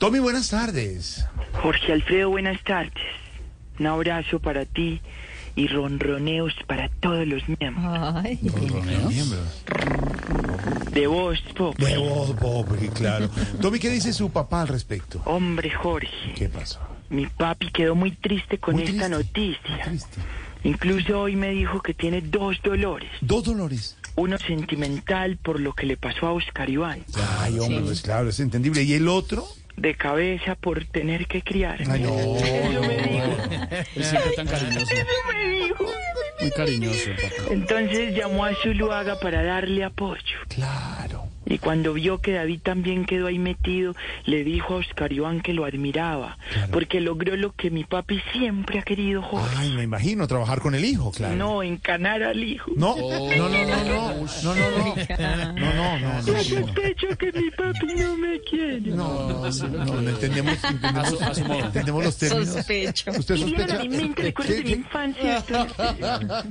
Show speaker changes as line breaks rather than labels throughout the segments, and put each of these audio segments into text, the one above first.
Tommy, buenas tardes.
Jorge Alfredo, buenas tardes. Un abrazo para ti y ronroneos para todos los miembros
Ah.
de vos, Pop.
Nuevo Bobby, claro. Tommy, ¿qué dice su papá al respecto?
Hombre, Jorge,
¿Qué pasó?
mi papi quedó muy triste con
Muy
esta
triste, muy
noticia.
triste.
Incluso hoy me dijo que tiene dos dolores.
Dos dolores.
Uno sentimental por lo que le pasó a Oscar Iván.
Ay, hombre, pues claro, es entendible. ¿Y el otro?
De cabeza por tener que criar.
Ay, no.
Eso me dijo.
Él siempre tan cariñoso,
Eso me dijo.
muy cariñoso, papá.
Entonces llamó a Zuluaga para darle apoyo.
Claro.
Y cuando vio que David también quedó ahí metido, le dijo a Oscar Iván que lo admiraba, porque logró lo que mi papi siempre ha querido, Jorge.
Ay, me imagino, trabajar con el hijo, claro.
No, encanar al hijo.
No,
Oh.
no, no, no, no, no, no, no, no, no, no, no,
Sospecho que mi papi no me quiere.
no, no, no, no entendemos, entendemos,
a su modo.
entendemos los términos.
Sospecho.
¿Usted
Vinieron
sospecha?
a mi mente
¿Qué,
recuerdos de mi
qué,
infancia.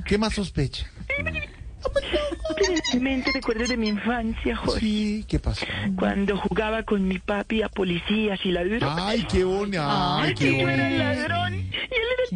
qué más sospecha?
Vinieron a mi mente recuerdos de mi infancia, Jorge.
Sí, ¿qué pasó?
Cuando jugaba con mi papi a policías y ladrones.
Ay, qué bonito. Ah, Ay, qué
Yo era el
bonito.
ladrón y él era el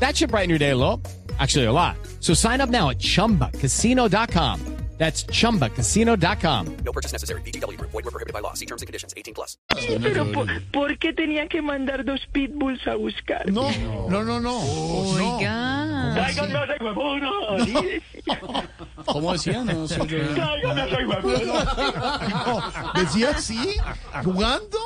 That should brighten your day, a little. Actually, a lot. So sign up now at chumbacasino.com. That's chumbacasino.com.
No purchase necessary. VGW Group. Void were prohibited by law. See terms and conditions. 18 plus.
Pero ¿por, por qué tenía que mandar dos pitbulls a buscar?
No, no, no, no. Oiga.
Oiga.
¡Tráiganme a ese huevón!
¿Cómo decía? No sé yo.
¡Tráiganme a ese huevón!
¿Decía así? ¿Jugando?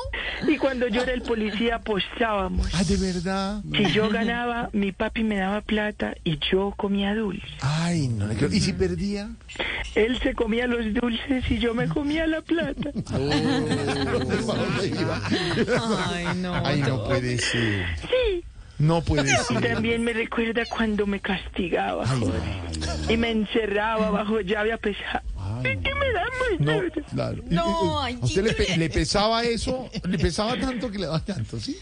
Y cuando yo era el policía apostábamos.
Ay, de verdad.
Si yo ganaba, mi papi me daba plata y yo comía dulce.
Ay, no le creo. ¿Y si perdía?
Él se comía los dulces y yo me comía la plata.
Por favor, le iba.
Ay, no.
Ay, no puede ser.
Sí.
No puede
Y
ser.
también me recuerda cuando me castigaba y me encerraba bajo llave a pesar. Es que me da muy
No,
duro.
claro.
No, ay,
¿A usted le, pe-
chicle.
le pesaba eso? ¿Le pesaba tanto que le daba tanto, sí?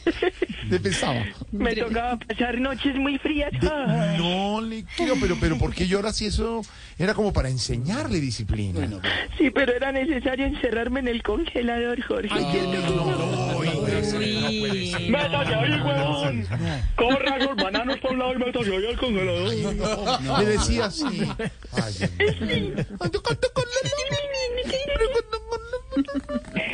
¿Le pesaba?
Me tocaba pasar noches muy frías. Ay.
No le creo, pero, pero ¿por qué llora si eso era como para enseñarle disciplina?
Sí, pero era necesario encerrarme en el congelador, Jorge.
Uy.
¡Métase ahí, huevón! Corra los bananos por un lado y métase ahí al congelador.
Le decía así. Ay, Dios mío. Ay, yo canto con la mano, yo canto con la mano.